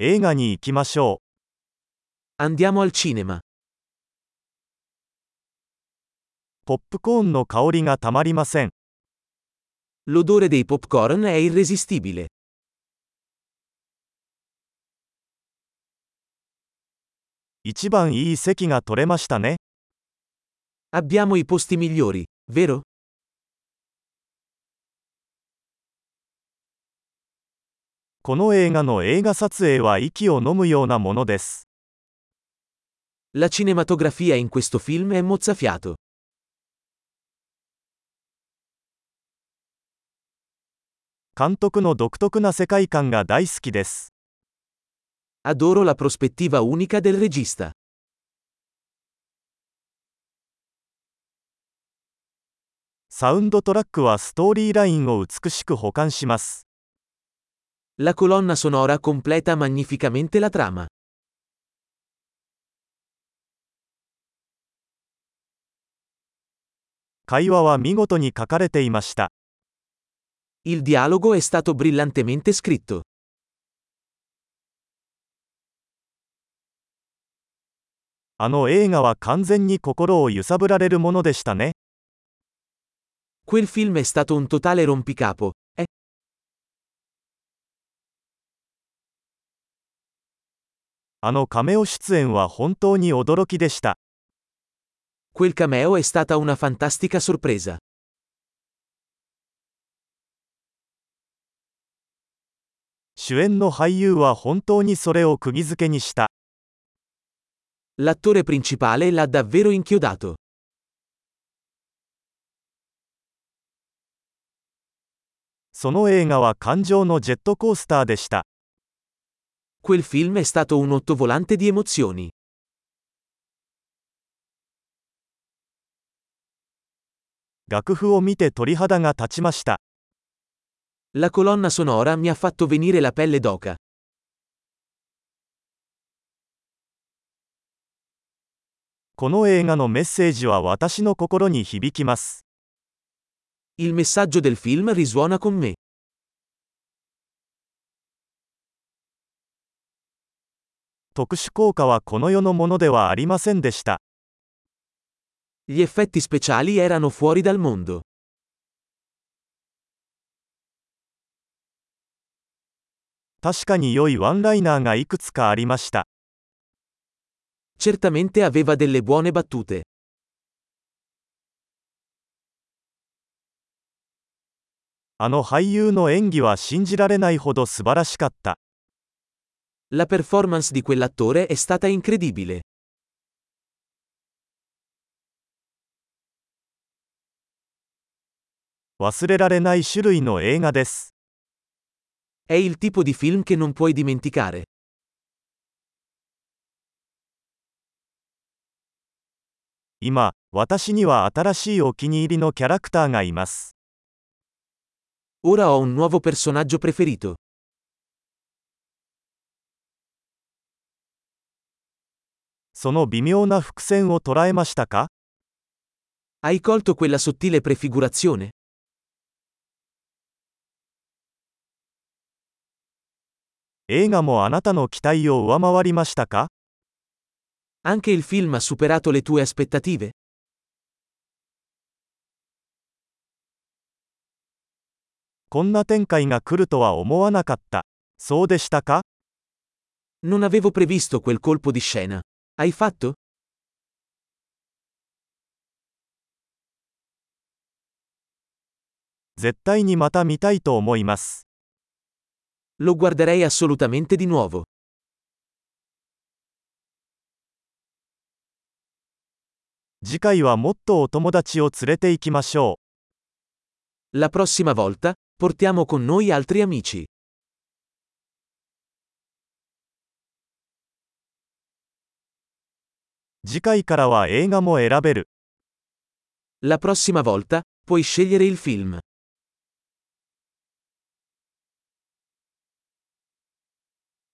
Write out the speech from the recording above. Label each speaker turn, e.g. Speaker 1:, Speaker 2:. Speaker 1: 映画に行きましょ
Speaker 2: Andiamo al cinema.
Speaker 1: う。ポップコーンの香りがたまりません。
Speaker 2: L'odore dei popcorn è irresistibile.
Speaker 1: 一番いい席が取れましたね。
Speaker 2: Abbiamo i posti migliori, vero?
Speaker 1: この映画の映画撮影は息を飲むようなものです。
Speaker 2: La cinematografia in questo film è mozzafiato.
Speaker 1: 監督の独特な世界観が大好きです。
Speaker 2: Adoro la prospettiva unica del regista.
Speaker 1: サウンドトラックはストーリーラインを美しく保管します。
Speaker 2: La colonna sonora completa magnificamente la trama.
Speaker 1: 会話は見事に書かれていました。
Speaker 2: Il dialogo è stato brillantemente scritto.
Speaker 1: あの映画は完全に心を揺さぶられるものでしたね。
Speaker 2: Quel film è stato un totale rompicapo. eh?
Speaker 1: あのカメオ出演は本当に驚きでした。
Speaker 2: Quel cameo è stata una fantastica sorpresa.
Speaker 1: 主演の俳優は本当にそれを釘付けにした。
Speaker 2: L'attore principale l'ha davvero inchiodato.
Speaker 1: その映画は感情のジェットコースターでした。
Speaker 2: Quel film è stato un ottovolante di emozioni.
Speaker 1: 楽譜を見て鳥肌が立ちました。
Speaker 2: La colonna sonora mi ha fatto venire la pelle d'oca.
Speaker 1: この映画のメッセージは私の心に響きます。
Speaker 2: Il messaggio del film risuona con me.
Speaker 1: 特殊効果はこの世のものではありませんでした。
Speaker 2: Gli effetti speciali erano fuori dal mondo.
Speaker 1: 確かに良いワンライナーがいくつかありました。
Speaker 2: Certamente aveva delle buone battute.
Speaker 1: あの俳優の演技は信じられないほど素晴らしかった。
Speaker 2: La performance di quell'attore è stata incredibile.
Speaker 1: 忘れられない種類の映画です。
Speaker 2: È il tipo di film che non puoi dimenticare.
Speaker 1: 今、私には新しいお気に入りのキャラクターがいます。
Speaker 2: Ora ho un nuovo personaggio preferito.
Speaker 1: その微妙な伏線を捉えましたか
Speaker 2: Hai colto quella sottile prefigurazione?
Speaker 1: 映画もあなたの期待を上回りましたか
Speaker 2: Anche il film ha superato le tue aspettative?
Speaker 1: こんな展開が来るとは思わなかった。そうでしたか
Speaker 2: Non avevo previsto quel colpo di scena. Hai fatto?
Speaker 1: 絶対にまた見たいと思います。
Speaker 2: Lo guarderei assolutamente di nuovo.
Speaker 1: 次回はもっとお友達を連れて行きましょう。
Speaker 2: La prossima volta, portiamo con noi altri amici.
Speaker 1: Sì. 次回からは映画も選べる。
Speaker 2: La prossima volta, puoi scegliere il film.